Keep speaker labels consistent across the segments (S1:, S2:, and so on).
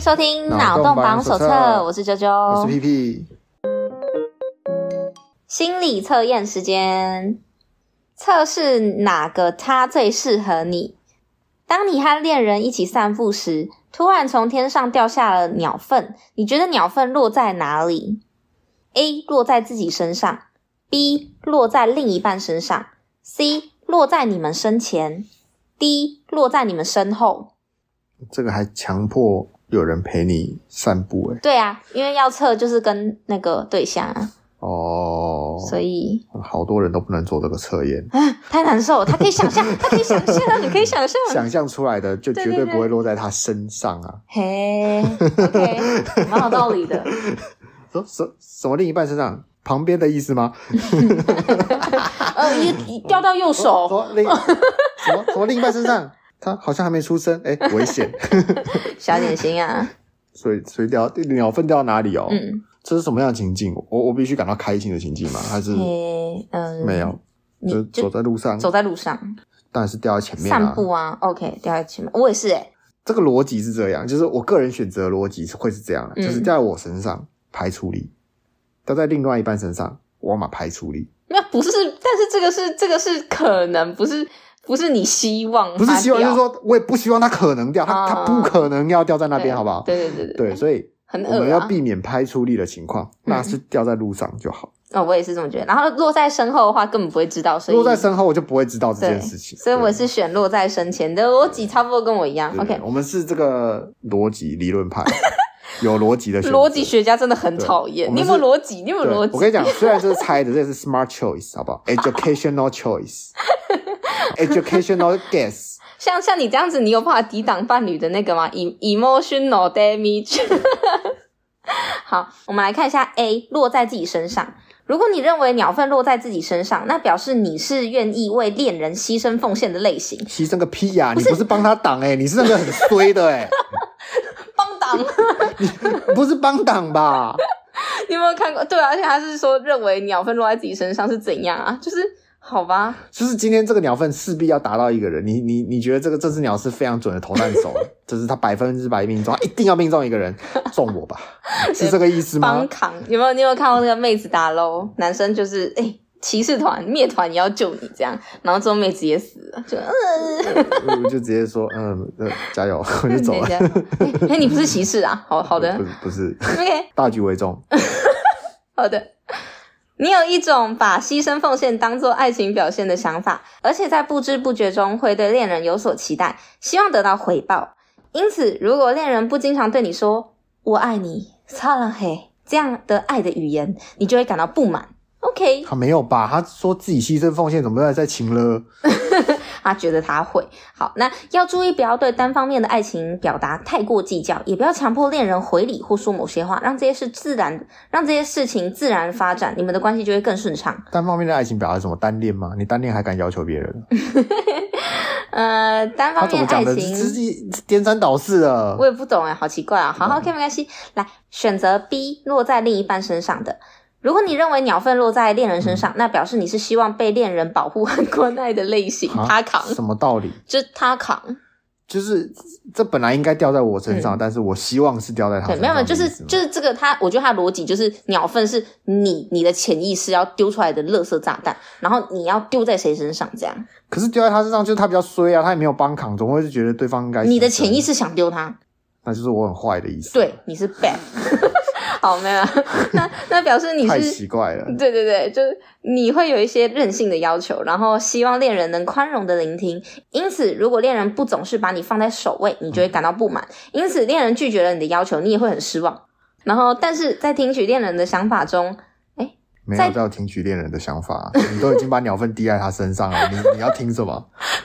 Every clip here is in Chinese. S1: 收听《脑
S2: 脑
S1: 洞
S2: 洞
S1: 榜
S2: 榜
S1: 手
S2: 手
S1: 册
S2: 册》，
S1: 我是啾
S2: 我是
S1: 啾。
S2: 屁屁。
S1: 心理测验时间，测试哪个他最适合你。当你和恋人一起散步时，突然从天上掉下了鸟粪，你觉得鸟粪落在哪里？A. 落在自己身上，B. 落在另一半身上，C. 落在你们身前，D. 落在你们身后。
S2: 这个还强迫有人陪你散步哎、
S1: 对啊，因为要测就是跟那个对象啊，
S2: 哦，
S1: 所以
S2: 好多人都不能做这个测验，
S1: 啊太难受了。他可以想象，他可以想象，你可以想象。
S2: 想象出来的就
S1: 对
S2: 绝
S1: 对
S2: 对
S1: 对
S2: 不会落在他身上啊。
S1: 嘿，OK，蛮有道理的。
S2: 说什什么另一半身上？旁边的意思吗？
S1: 呃，一掉到右手，
S2: 说另 什么什么另一半身上？他好像还没出生，哎、危险！
S1: 小点心啊。
S2: 所以所以掉鸟粪掉到哪里哦？
S1: 嗯，
S2: 这是什么样的情境？我我必须感到开心的情境吗？还是
S1: 嘿，嗯，
S2: 没有？
S1: 你
S2: 就
S1: 就
S2: 走在路上，
S1: 走在路上
S2: 当然是掉在前面啦、
S1: 散步啊。OK，掉在前面，我也是哎。
S2: 这个逻辑是这样，就是我个人选择的逻辑是会是这样的，
S1: 嗯
S2: 就是掉在我身上排除力，掉在另外一半身上我嘛排除力，
S1: 那不是，但是这个是这个是可能，不是不是你希望
S2: 不是
S1: 它
S2: 希望，就
S1: 掉
S2: 是说我也不希望它可能掉，它它
S1: 啊
S2: 不可能要掉在那
S1: 对
S2: 边，好不好？
S1: 对对对，
S2: 对，所以
S1: 很
S2: 我
S1: 恶
S2: 们
S1: 啊嗯
S2: 要避免排除力的情况，那是掉在路上就好，
S1: 哦，我也是这么觉得。然后落在身后的话，根本不会知道，所以
S2: 落在身后我就不会知道这
S1: 对，
S2: 件事情。
S1: 所以我
S2: 对
S1: 是选落在身前的逻辑，差不多跟我一样。
S2: 对
S1: OK，
S2: 我们是这个逻辑理 论派，有逻辑的选择
S1: 逻辑学家真的很讨厌。
S2: 对
S1: 你有没有逻辑？你有没
S2: 对
S1: 有逻
S2: 我
S1: 辑？
S2: 跟你讲，虽然这是猜的，这是 smart choice，好不好？Educational choice，educational guess。
S1: 像像你这样子，你有办法抵挡伴侣的那个吗？E-？emotional damage。好，我们来看一下 A 落在自己身上。如果你认为鸟粪落在自己身上，那表示你是愿意为恋人牺牲奉献的类型。
S2: 牺牲个屁呀、你不是帮他挡哎、你是那个很衰的哎、
S1: 帮挡，
S2: 不是帮挡吧？
S1: 你有没有看过？对啊，而且他是说认为鸟粪落在自己身上是怎样啊？就是好吧，
S2: 就是今天这个鸟粪势必要达到一个人，你你你觉得这个这只鸟是非常准的投弹手，就是它百分之百命中，它一定要命中一个人，中 我吧，是这个意思吗
S1: 帮？扛，有没有？你有没有看过那个妹子打喽？男生就是哎、骑士团灭团也要救你这样，然后最后妹子也死了，就嗯，
S2: 我就直接说，嗯，呃、加油，我 就走
S1: 等一
S2: 了。
S1: 下，哎、哎你不是骑士啊？好好的
S2: 不是不是，
S1: ，OK，
S2: 大局为重。
S1: 好的。你有一种把牺牲奉献当做爱情表现的想法，而且在不知不觉中会对恋人有所期待，希望得到回报。因此，如果恋人不经常对你说“我爱你”“擦了嘿”这样的爱的语言，你就会感到不满。OK，
S2: 他没有吧？他说自己牺牲奉献，怎么在在情了？
S1: 他觉得他会。好，那要注意不要对单方面的爱情表达太过计较，也不要强迫恋人回礼或说某些话，让这些事自然，让这些事情自然发
S2: 嗯
S1: 展，你们的关系就会更顺畅。
S2: 单方面的爱情表达是什么？单恋吗？你单恋还敢要求别人？
S1: 呃，单
S2: 他
S1: 方
S2: 怎么
S1: 面
S2: 讲
S1: 爱
S2: 的？
S1: 情，
S2: 自己颠三倒四的
S1: 我。也不懂哎，好奇怪啊！好好，OK，没关系。来，选择 B 落在另一半身上的。如果你认为鸟粪落在恋人身
S2: 嗯
S1: 上，那表示你是希望被恋人保护和 关爱的类型，
S2: 啊
S1: 他扛，
S2: 什么道理？
S1: 就是他扛。
S2: 就是这本来应该掉在我身上，但是我希望是掉在他
S1: 嗯对，
S2: 身上。
S1: 没有没有，就是
S2: 这个意思吗
S1: 就是这个他，我觉得他的逻辑就是鸟粪是你你的潜意识要丢出来的垃圾炸弹，然后你要丢在谁身上这样，
S2: 可是丢在他身上，就是他比较衰啊，他也没有帮扛，总会是觉得对方应该
S1: 你的潜意
S2: 识，
S1: 识想丢他，
S2: 那就是我很坏的意思。，
S1: 对，你是 bad，好没有，那那表示你
S2: 太
S1: 是。
S2: 奇怪了。
S1: 对对对，就是你会有一些任性的要求，然后希望恋人能宽容的聆听。因此，如果恋人不总是把你放在首位，你就会感到不满。因此，恋人拒绝了你的要求，你也会很失望。然后，但是在听取恋人的想法中，
S2: 没
S1: 在
S2: 有在听取恋人的想法，你都已经把鸟粪滴在他身上了，你你要听 什么？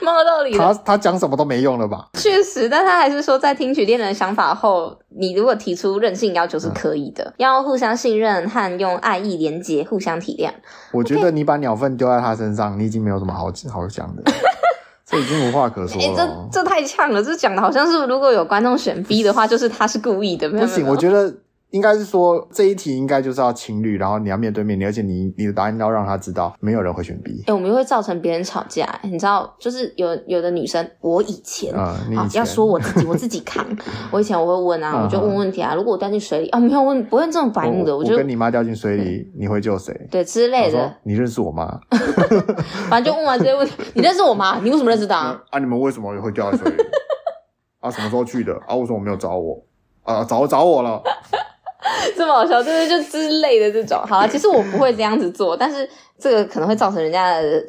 S1: 蛮有道理的。
S2: 他他讲什么都没用了吧？
S1: 确实，但他还是说，在听取恋人想法后，你如果提出任性要求是可以的，要互相信任和用爱意连接，互相体谅。
S2: 我觉得你把鸟粪丢在他身上，你已经没有什么好好讲的， 这已经无话可说
S1: 哎、
S2: 了
S1: 这
S2: 哦。
S1: 这太呛了，这讲的好像是如果有观众选 B 的话，就是他是故意的，没有
S2: 不行，
S1: 没有
S2: 我觉得应该是说这一题应该就是要情侣，然后你要面对面，你而且你你的答案要让他知道，没有人会选 B
S1: 哎、。我们又会造成别人吵架、欸你知道，就是有有的女生，我以前
S2: 啊、你
S1: 好
S2: 以前
S1: 要说我自己，我自己 扛。我以前我会问啊，
S2: 嗯
S1: 我就问问题啊。如果我掉进水里啊，没有问，不会这种白目的，
S2: 我
S1: 就
S2: 跟你妈掉进水里，你会救谁？
S1: 嗯对之类
S2: 我说
S1: 的，
S2: 你认识我 妈
S1: 反正就问完这些问题。你认识我吗？你为什么认识他？
S2: 啊？你们为什么会掉进水里？ 啊，什么时候去的？啊，为什么没有找我？啊，找找 我了。
S1: 这么好笑，对对，就之类的这种。好啊了，其实我不会这样子做，但是这个可能会造成人家的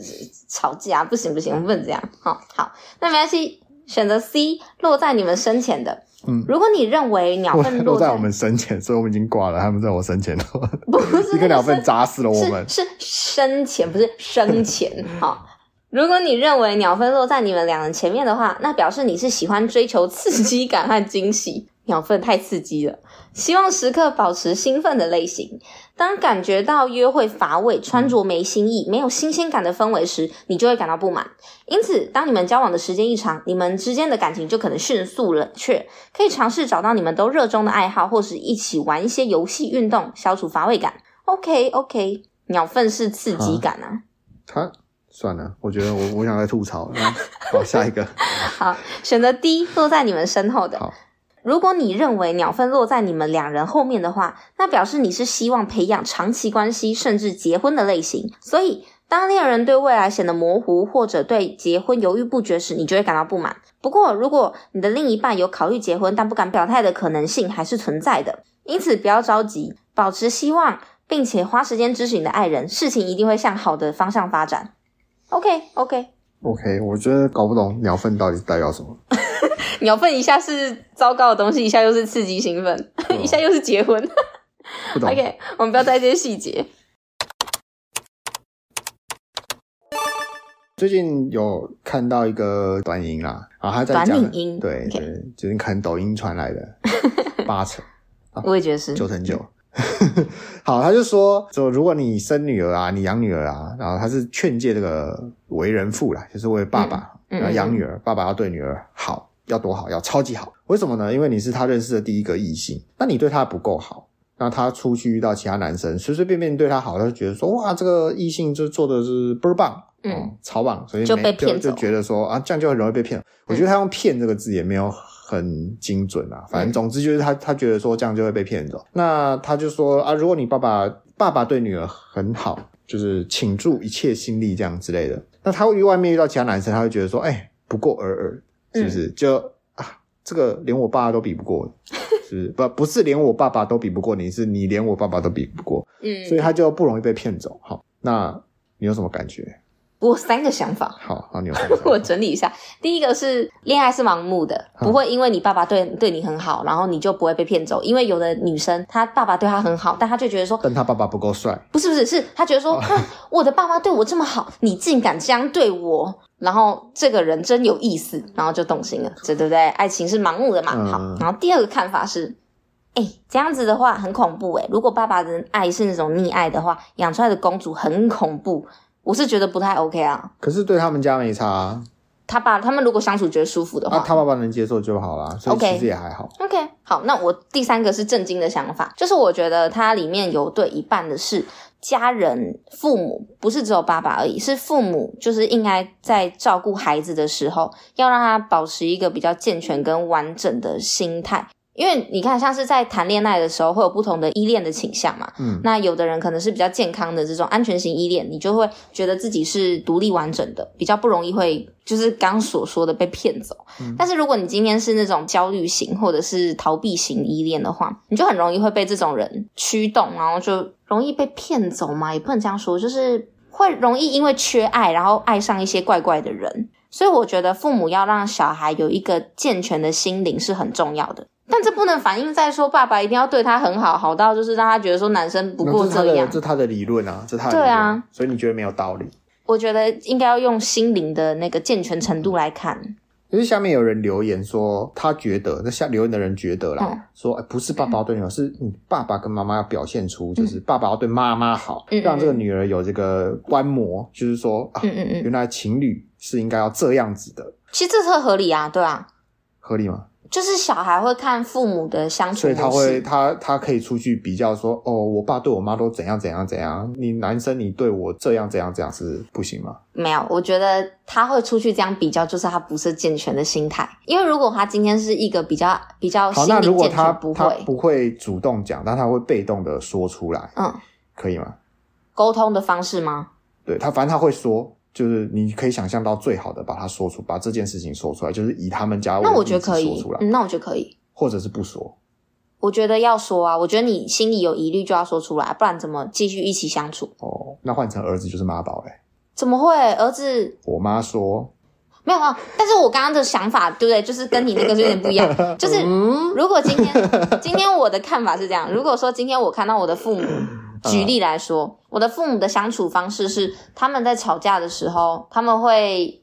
S1: 吵架，不行不行，我们不能这样。好好，那没关系，选择 C 落在你们身前的。
S2: 嗯
S1: 如果你认为鸟
S2: 我
S1: 粪
S2: 都
S1: 落
S2: 在我们生前，所以我们已经挂了，他们在我生 前了，
S1: 不是
S2: 一个
S1: 那
S2: 鸟
S1: 身
S2: 粪砸死了我们。
S1: 是是生前，不是生 前。好，如果你认为鸟粪落在你们两人前面的话，那表示你是喜欢追求刺激感和惊喜。鸟粪太刺激了，希望时刻保持兴奋的类型。当感觉到约会乏味、穿着没新意、没有新鲜感的氛围时，你就会感到不满。因此，当你们交往的时间一长，你们之间的感情就可能迅速冷却。可以尝试找到你们都热衷的爱好，或是一起玩一些游戏、运动，消除乏味感。OK OK，鸟粪是刺激感啊。
S2: 他算了，我觉得我我想再吐槽。然后好，下一个。
S1: 好，选择 D 落在你们身后的
S2: 好。
S1: 如果你认为鸟粪落在你们两人后面的话，那表示你是希望培养长期关系甚至结婚的类型。所以，当恋人对未来显得模糊，或者对结婚犹豫不决时，你就会感到不满。不过，如果你的另一半有考虑结婚但不敢表态的可能性，还是存在的。因此，不要着急，保持希望，并且花时间支持你的爱人，事情一定会向好的方向发展。OK OK，
S2: OK，我觉得搞不懂鸟粪到底代表 什么。 哦
S1: 鸟粪一下是糟糕的东西，一下又是刺激兴 奋，一下又是结婚。
S2: 不 懂。
S1: OK，我们不要在意这些细节。
S2: 最近有看到一个短影啦，然后他在
S1: 短
S2: 讲
S1: 影音
S2: 对
S1: OK
S2: 对，就是可能抖音传来 的八成啊
S1: 我也觉得是，
S2: 九成九。 好，他就说，就如果你生女儿啊，你养女儿啊，然后他是劝诫这个为人父啦，就是为爸爸，
S1: 嗯嗯
S2: 然后养女儿，爸爸要对女儿好，要多好，要超级好。为什么呢？因为你是他认识的第一个异性，那你对他不够好，那他出去遇到其他男生，随随便便对他好，他就觉得说哇，这个异性就做的是倍儿棒，
S1: 嗯
S2: 哦，超棒，所以
S1: 就
S2: 没
S1: 被骗
S2: 就
S1: 走嗯
S2: 觉得说啊，这样就很容易被骗。我觉得他用“骗”这个字也没有很精准
S1: 嗯
S2: 啊，反正总之就是他他觉得说这样就会被骗走。那他就说啊，如果你爸爸爸爸对女儿很好，就是倾注一切心力这样之类的，那他会外面遇到其他男生，他会觉得说，哎、不过尔尔，是不是？
S1: 嗯
S2: 就啊，这个连我爸都比不过。是 不是不不是连我爸爸都比不过你，是你连我爸爸都比不过，所以
S1: 嗯，
S2: 他就不容易被骗走。好，那你有什么感觉？
S1: 我有三个想 法，
S2: 好，好，你有什么想法？
S1: 我整理一下。第一个是恋爱是盲目的，
S2: 嗯
S1: 不会因为你爸爸对对你很好，然后你就不会被骗走。因为有的女生她爸爸对她很好，但她就觉得说。
S2: 但他爸爸不够帅，
S1: 不是不是，是她觉得说，哼，我的爸妈对我这么好，你竟敢这样对我，然后这个人真有意思，然后就动心了，这对不对？爱情是盲目的嘛。
S2: 嗯
S1: 好，然后第二个看法是，哎、这样子的话很恐怖哎、如果爸爸的爱是那种溺爱的话，养出来的公主很恐怖，我是觉得不太 OK 啊。
S2: 可是对他们家没差啊，
S1: 他爸他们如果相处觉得舒服的话，
S2: 啊他爸爸能接受就好啦，所以
S1: OK
S2: 其实也还好。
S1: OK，好，那我第三个是震惊的想法，就是我觉得它里面有对一半的是家人、父母，不是只有爸爸而已，是父母，就是应该在照顾孩子的时候，要让他保持一个比较健全跟完整的心态。因为你看，像是在谈恋爱的时候，会有不同的依恋的倾向嘛。
S2: 嗯，
S1: 那有的人可能是比较健康的这种安全型依恋，你就会觉得自己是独立完整的，比较不容易会就是刚所说的被骗走。
S2: 嗯
S1: 但是如果你今天是那种焦虑型或者是逃避型依恋的话，你就很容易会被这种人驱动，然后就容易被骗走嘛，也不能这样说，就是会容易因为缺爱，然后爱上一些怪怪的人。所以我觉得父母要让小孩有一个健全的心灵是很重要的，但这不能反映在说爸爸一定要对他很好，好到就是让他觉得说男生不
S2: 那
S1: 过
S2: 这是他
S1: 这
S2: 的
S1: 样
S2: 这。是他的理论啊，这是他的理
S1: 对
S2: 论
S1: 啊，
S2: 所以你觉得没有道理？
S1: 我觉得应该要用心灵的那个健全程度来看。
S2: 可是下面有人留言说，他觉得那下留言的人觉得啦，
S1: 嗯
S2: 说、哎不是爸爸对女儿，是你爸爸跟妈妈要表现出，
S1: 嗯
S2: 就是爸爸要对妈妈好，
S1: 嗯嗯
S2: 让这个女儿有这个观摩，就是说啊，
S1: 嗯嗯嗯，
S2: 原来情侣是应该要这样子的，
S1: 其实这是合理啊，对啊，
S2: 合理吗？
S1: 就是小孩会看父母的相处
S2: 所以
S1: 模式，
S2: 他会他他可以出去比较说，哦，我爸对我妈都怎样怎样怎样，你男生你对我这样怎样怎样是不行吗？
S1: 没有，我觉得他会出去这样比较，就是他不是健全的心态。因为如果他今天是一个比较比较
S2: 好，
S1: 哦心
S2: 那
S1: 理
S2: 如果
S1: 健
S2: 他
S1: 全，不
S2: 他
S1: 会，
S2: 不会主动讲，但他会被动的说出来，
S1: 嗯，
S2: 可以吗？
S1: 沟通的方式吗？
S2: 对他，反正他会说，就是你可以想象到最好的把他说出，把这件事情说出来，就是以他们家为
S1: 那我
S2: 例
S1: 觉得
S2: 子
S1: 可
S2: 说
S1: 以
S2: 出，来，
S1: 嗯，那我觉得可以。
S2: 或者是不说。
S1: 我觉得要说啊，我觉得你心里有疑虑就要说出来，不然怎么继续一起相处？
S2: 哦，那换成儿子就是妈宝哎、
S1: 怎么会？儿子
S2: 我妈说，
S1: 没有没有，但是我刚刚的想法，对不对？就是跟你那个是有点不一样。就是
S2: 嗯
S1: 如果今天，今天我的看法是这样：如果说今天我看到我的父母，举例来说，我的父母的相处方式是，他们在吵架的时候，他们会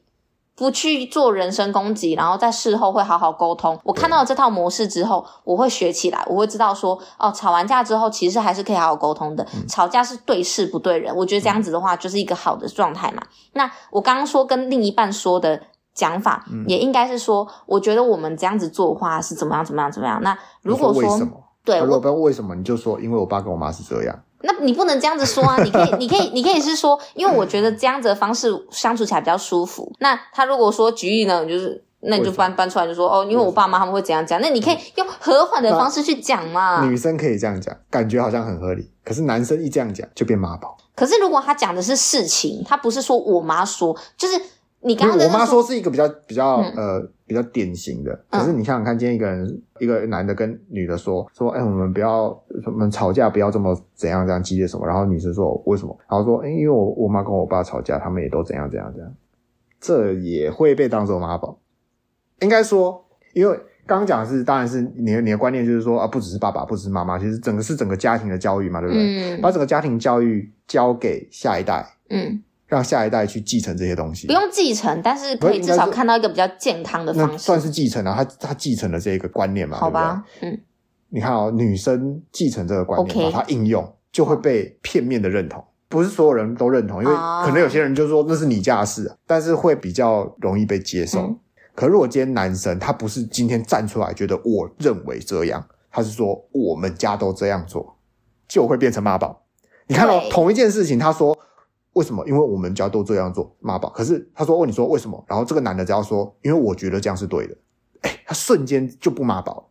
S1: 不去做人身攻击，然后在事后会好好沟通。我看到了这套模式之后，我会学起来，我会知道说，哦，吵完架之后其实还是可以好好沟通的。吵架是对事不对人，我觉得这样子的话就是一个好的状态嘛。那我刚刚说跟另一半说的讲法，
S2: 嗯
S1: 也应该是说，我觉得我们这样子做的话是怎么样怎么样怎么样。那
S2: 你
S1: 如果
S2: 说
S1: 说，
S2: 为什么？
S1: 对
S2: 啊如
S1: 我
S2: 果不知道为什么，你就说因为我爸跟我妈是这样。
S1: 那你不能这样子说啊！你可以， 你可以，你可以是说，因为我觉得这样子的方式相处起来比较舒服。那他如果说举例呢，你就是那你就
S2: 为什么
S1: 搬搬出来就说哦，因为我爸妈他们会怎样讲，那你可以用和缓的方式去讲嘛。
S2: 女生可以这样讲，感觉好像很合理，可是男生一这样讲就变妈宝。
S1: 可是如果他讲的是事情，他不是说我妈说，就是你刚刚
S2: 因为
S1: 在
S2: 我
S1: 那
S2: 妈说是一个比较比较、
S1: 嗯
S2: 呃比较典型的，
S1: 嗯
S2: 可是你想想看，今天一个人一个男的跟女的说说，哎、我们不要我们吵架，不要这么怎样怎样激烈什么，然后女生说为什么？然后说，哎、因为我我妈跟我爸吵架，他们也都怎样怎样怎样，这也会被当做妈宝。应该说，因为刚刚讲的是，当然是你的你的观念就是说啊，不只是爸爸，不只是妈妈，其实整个是整个家庭的教育嘛，对不对？
S1: 嗯
S2: 把整个家庭教育交给下一代，
S1: 嗯，
S2: 让下一代去继承这些东西。
S1: 不用继承，但是可以至少看到一个比较健康的
S2: 那
S1: 方式
S2: 算，是继承了、啊，他他继承了这个观念嘛，
S1: 好
S2: 对不
S1: 吧
S2: 对？？
S1: 嗯，
S2: 你看哦，女生继承这个观念，
S1: OK
S2: 把它应用，就会被片面的认同。不是所有人都认同，因为
S1: 啊
S2: 可能有些人就说那是你家的事啊，但是会比较容易被接受。
S1: 嗯
S2: 可如果今天男生他不是今天站出来觉得我认为这样，他是说我们家都这样做，就会变成妈宝。你看哦
S1: 对，
S2: 同一件事情，他说为什么？因为我们家都这样做，妈宝。可是他说问你说为什么？然后这个男的只要说，因为我觉得这样是对的，哎，他瞬间就不妈宝了。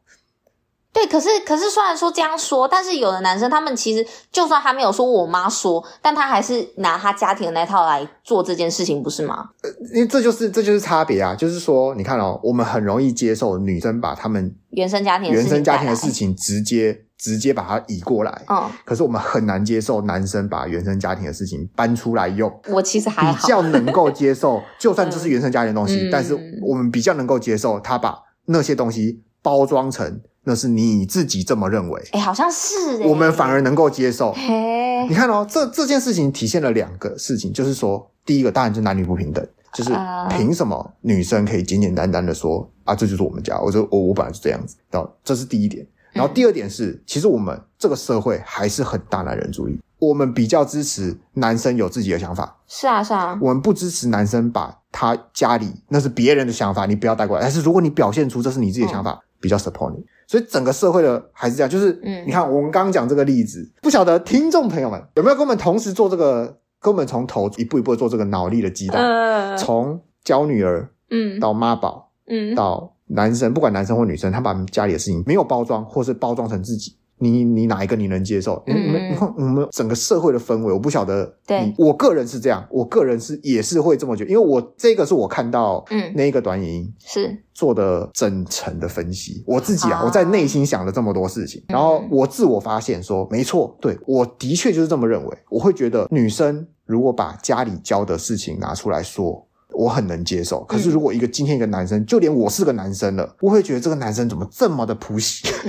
S1: 对，可是可是虽然说这样说，但是有的男生他们其实就算他没有说我妈说，但他还是拿他家庭的那套来做这件事情，不是吗？
S2: 因为这就是这就是差别啊，就是说，你看哦，我们很容易接受女生把她们
S1: 原生家庭的
S2: 原
S1: 事
S2: 生
S1: 情带
S2: 家
S1: 来，
S2: 庭的事情直接直接把它移过来，
S1: 嗯，
S2: 可是我们很难接受男生把原生家庭的事情搬出来用，
S1: 我其实还
S2: 比
S1: 好，
S2: 较能够 接受，就算这是原生家庭的东
S1: 嗯
S2: 西，但是我们比较能够接受他把那些东西包装成那是你自己这么认为，
S1: 哎、好像是、欸，
S2: 我们反而能够接受。
S1: 嘿
S2: 你，看哦，这这件事情体现了两个事情，就是说，第一个当然就是男女不平等，就是
S1: 啊
S2: 凭什么女生可以简简单单的说啊，这就是我们家，我就我我本来就这样子，然后这是第一点。然后第二点是，其实我们这个社会还是很大男人主义，我们比较支持男生有自己的想法，
S1: 是啊是啊，
S2: 我们不支持男生把他家里那是别人的想法，你不要带过来。但是如果你表现出这是你自己的想法，比较 support 你。所以整个社会的还是这样，就是
S1: 嗯
S2: 你看我们刚刚讲这个例子，不晓得听众朋友们有没有跟我们同时做这个，跟我们从头一步一步地做这个脑力的鸡蛋，
S1: 呃，
S2: 从教女儿
S1: 嗯
S2: 到妈宝
S1: 嗯，
S2: 到男生，不管男生或女生，他把家里的事情没有包装，或是包装成自己。你你哪一个你能接受？
S1: 嗯
S2: 你你们你看我们整个社会的氛围，我不晓得。
S1: 对
S2: 你，我个人是这样，我个人是也是会这么觉得，因为我这个是我看到
S1: 嗯
S2: 那一个短影音
S1: 是
S2: 做的真诚的分析，我自己啊，
S1: 啊
S2: 我在内心想了这么多事情，然后我自我发现说，没错，对我的确就是这么认为。我会觉得女生如果把家里教的事情拿出来说。我很能接受，可是如果一个今天一个男生，就连我是个男生了，我会觉得这个男生怎么这么的普喜？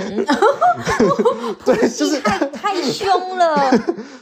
S2: 对， 就是
S1: 太太凶 了，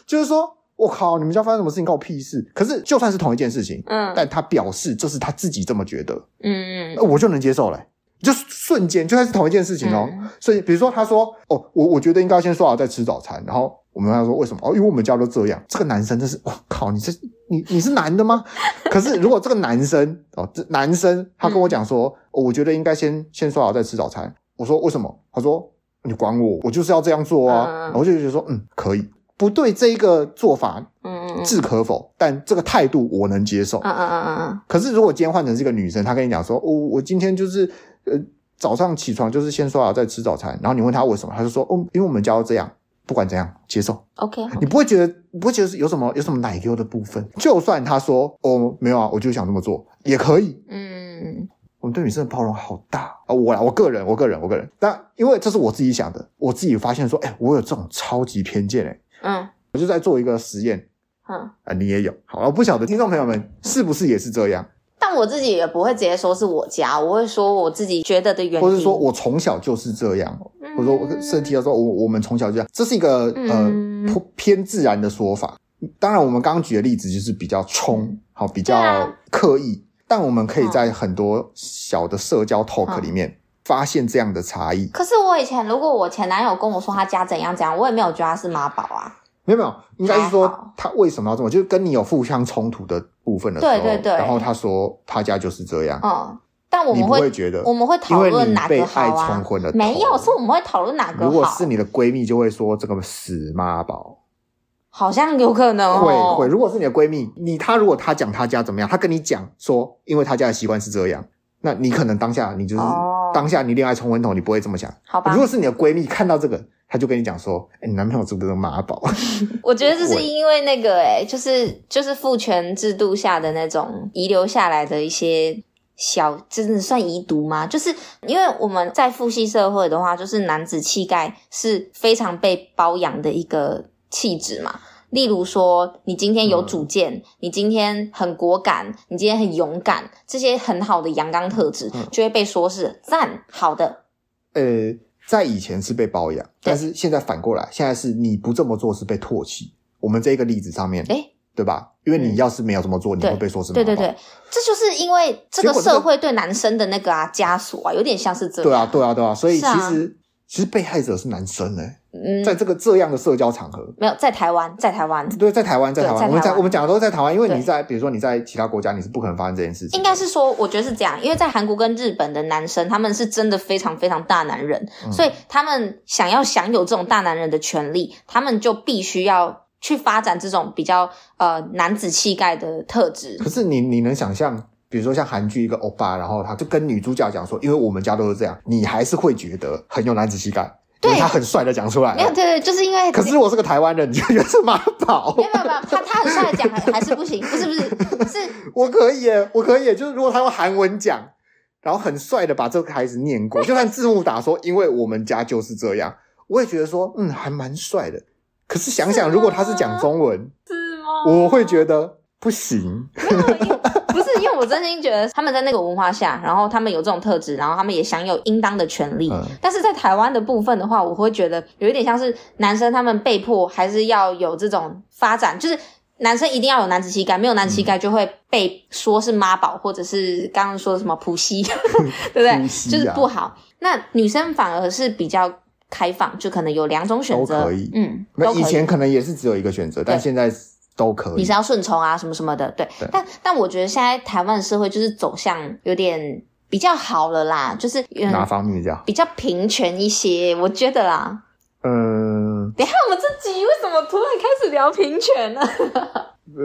S2: 就是说，我靠，你们家发生什么事情关我屁事？可是就算是同一件事情，
S1: 嗯
S2: 但他表示这是他自己这么觉得，
S1: 嗯
S2: 呃我就能接受嘞、就是瞬间，就算是同一件事情哦。
S1: 嗯
S2: 所以，比如说他说：“哦，我我觉得应该先说好再吃早餐。”然后我们跟他说：“为什么？”哦，因为我们家都这样。这个男生真是，我、靠，你这
S1: 嗯
S2: 你你是男的吗？可是如果这个男生哦，这男生他跟我讲说：“哦我觉得应该先先说好再吃早餐。我说为什么？他说你管我，我就是要这样做啊。
S1: 嗯
S2: 我就觉得说，嗯，可以，不对这一个做法
S1: 嗯嗯
S2: 置可否，但这个态度我能接受。
S1: 嗯嗯嗯嗯嗯，
S2: 可是如果今天换成是一个女生，她跟你讲说，哦，我今天就是呃早上起床就是先刷牙再吃早餐，然后你问她为什么，她就说，哦，因为我们家要这样，不管怎样接受。
S1: OK，好
S2: 你不会觉得你不会觉得是有什么有什么奶油的部分？就算她说，哦，没有啊，我就想这么做，也可以。
S1: 嗯
S2: 我们对女生的包容好大啊、我啦，我个人，我个人，我个人，但因为这是我自己想的，我自己发现说，哎、我有这种超级偏见哎、
S1: 嗯
S2: 我就在做一个实验
S1: 嗯，
S2: 啊、你也有。好，我不晓得听众朋友们是不是也是这样。
S1: 但我自己也不会直接说是我家，我会说我自己觉得的原因，
S2: 或者说我从小就是这样，
S1: 嗯，
S2: 或者说我身体要说我我们从小就这样，这是一个
S1: 嗯
S2: 呃颇偏自然的说法。当然，我们刚刚举的例子就是比较冲，好比
S1: 对
S2: 较
S1: 啊
S2: 刻意，但我们可以在很多小的社交 talk 里面发现这样的差异。
S1: 可是我以前，如果我前男友跟我说他家怎样怎样，我也没有觉得他是妈宝啊。
S2: 没有没有，应该是
S1: 还好
S2: 说他为什么要这么，就是跟你有互相冲突的部分的时候，
S1: 对对对
S2: 然后他说他家就是这样，
S1: 嗯，但我
S2: 你
S1: 们
S2: 不会觉得？
S1: 我们会讨
S2: 因为
S1: 论
S2: 你
S1: 哪
S2: 被
S1: 个好
S2: 爱冲
S1: 啊？
S2: 昏了头，
S1: 没有，是我们会讨论哪个
S2: 如果
S1: 好
S2: 是。你的闺蜜，就会说这个死妈宝，
S1: 好像有可能哦。
S2: 会会。如果是你的闺蜜，你她如果她讲她家怎么样，她跟你讲说，因为她家的习惯是这样，那你可能当下你就是、
S1: 哦
S2: 当下你恋爱冲昏头，你不会这么想。
S1: 好吧
S2: 如果是你的闺蜜看到这个，她就跟你讲说，哎、你男朋友是不是个妈宝？
S1: 我觉得这是
S2: 会
S1: 因为那个、欸，就是就是父权制度下的那种遗留下来的一些小，真的算遗毒吗？就是因为我们在父系社会的话，就是男子气概是非常被包养的一个气质嘛。例如说，你今天有
S2: 嗯
S1: 主见，你今天很果敢，你今天很勇敢，这些很好的阳刚特质、
S2: 嗯
S1: 就会被说是赞好的，
S2: 呃，在以前是被包养，但是现在反过来，现在是你不这么做是被唾弃。我们这个例子上面，
S1: 诶
S2: 对吧？因为
S1: 嗯
S2: 你要是没有这么做，你
S1: 对
S2: 会被说是妈宝。
S1: 对对对，这就是因为这个
S2: 结果这个
S1: 社会对男生的那个啊枷锁啊，有点像是这样。
S2: 对啊，对啊，对啊，所以
S1: 是
S2: 其
S1: 啊
S2: 实、其实被害者是男生呢、欸在
S1: 嗯，
S2: 这个这样的社交场合，
S1: 没有在台湾，在台湾
S2: 对，在台湾，在
S1: 对
S2: 台
S1: 在
S2: 湾，我们
S1: 台
S2: 讲
S1: 湾
S2: 我们讲的都是在台湾，因为
S1: 对
S2: 你在比如说你在其他国家，你是不可能发生这件事情的。
S1: 应该是说，我觉得是这样，因为在韩国跟日本的男生，他们是真的非常非常大男人，
S2: 嗯
S1: 所以他们想要享有这种大男人的权利，他们就必须要去发展这种比较呃男子气概的特质
S2: 可。是你你能想象，比如说像韩剧一个欧巴，然后他就跟女主角讲说，因为我们家都是这样，你还是会觉得很有男子气概，因为
S1: 对
S2: 他很帅的讲出来
S1: 没有，
S2: 了。
S1: 对对，就是因为
S2: 可是如果是个台湾人，你就觉得是妈宝
S1: 没。有没有没有，他他很帅的讲还还是不行，不是不是是
S2: 我可以耶，我可以耶，就是如果他用韩文讲，然后很帅的把这个孩子念过，就算字幕打说，因为我们家就是这样，我也觉得说，嗯，还蛮帅的。可是想
S1: 是啊
S2: 想，
S1: 吗
S2: 如果他是讲中文，
S1: 是吗
S2: 我会觉得不行。
S1: 不是，因为我真心觉得他们在那个文化下，然后他们有这种特质，然后他们也享有应当的权利。
S2: 嗯
S1: 但是在台湾的部分的话，我会觉得有一点像是男生他们被迫还是要有这种发展，就是男生一定要有男子气概，没有男子气概就会被说是妈宝，或者是刚刚说的什么普西，对不 对？
S2: 普西啊
S1: 就是不好。那女生反而是比较开放，就可能有两种选择，
S2: 都可以
S1: 嗯，
S2: 那
S1: 都可
S2: 以
S1: 以。
S2: 前可能也是只有一个选择，但
S1: 对
S2: 现在都可
S1: 你
S2: 以
S1: 是。要顺从啊，什么什么的，对。
S2: 对
S1: 但但我觉得现在台湾的社会就是走向有点比较好了啦，就是
S2: 哪
S1: 嗯
S2: 方面这样？
S1: 比较平权一些，我觉得啦。
S2: 嗯
S1: 等一下我们这集为什么突然开始聊平权呢？
S2: 呃，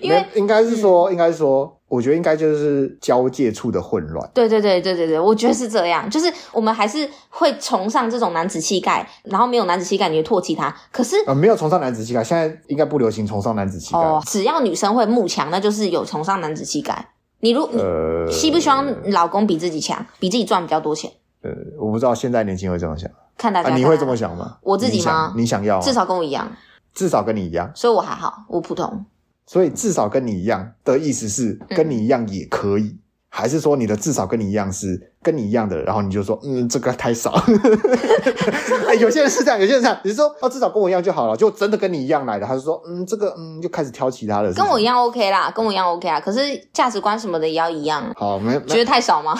S1: 因为
S2: 没应该是说，应该是说，我觉得应该就是交界处的混乱。
S1: 对对对对对对，我觉得是这样，就是我们还是会崇尚这种男子气概，然后没有男子气概你就唾弃他，可是。
S2: 呃，没有崇尚男子气概，现在应该不流行崇尚男子气概。
S1: 哦，只要女生会慕强，那就是有崇尚男子气概。你如你
S2: 呃，
S1: 希不希望老公比自己强，比自己赚比较多钱？
S2: 呃，我不知道现在年轻人会这么想
S1: 看大家、
S2: 啊，你
S1: 看
S2: 会
S1: 大
S2: 这么
S1: 家
S2: 想吗？
S1: 我自己
S2: 你想
S1: 吗
S2: 你想要吗
S1: 至少跟我一样，
S2: 至少跟你一样，
S1: 所以我还好，我普通。
S2: 所以至少跟你一样的意思是
S1: 嗯
S2: 跟你一样也可以，还是说你的至少跟你一样是跟你一样的，然后你就说嗯这个太 少。哎，有些人是这样，有些人是这样，你是说哦至少跟我一样就好了，就真的跟你一样来的，他就说嗯这个嗯就开始挑其他的，
S1: 跟我一
S2: 样。
S1: 样 OK 啦，跟我一样 OK 啊，可是价值观什么的也要一样，
S2: 好，没
S1: 觉
S2: 没
S1: 得太少吗？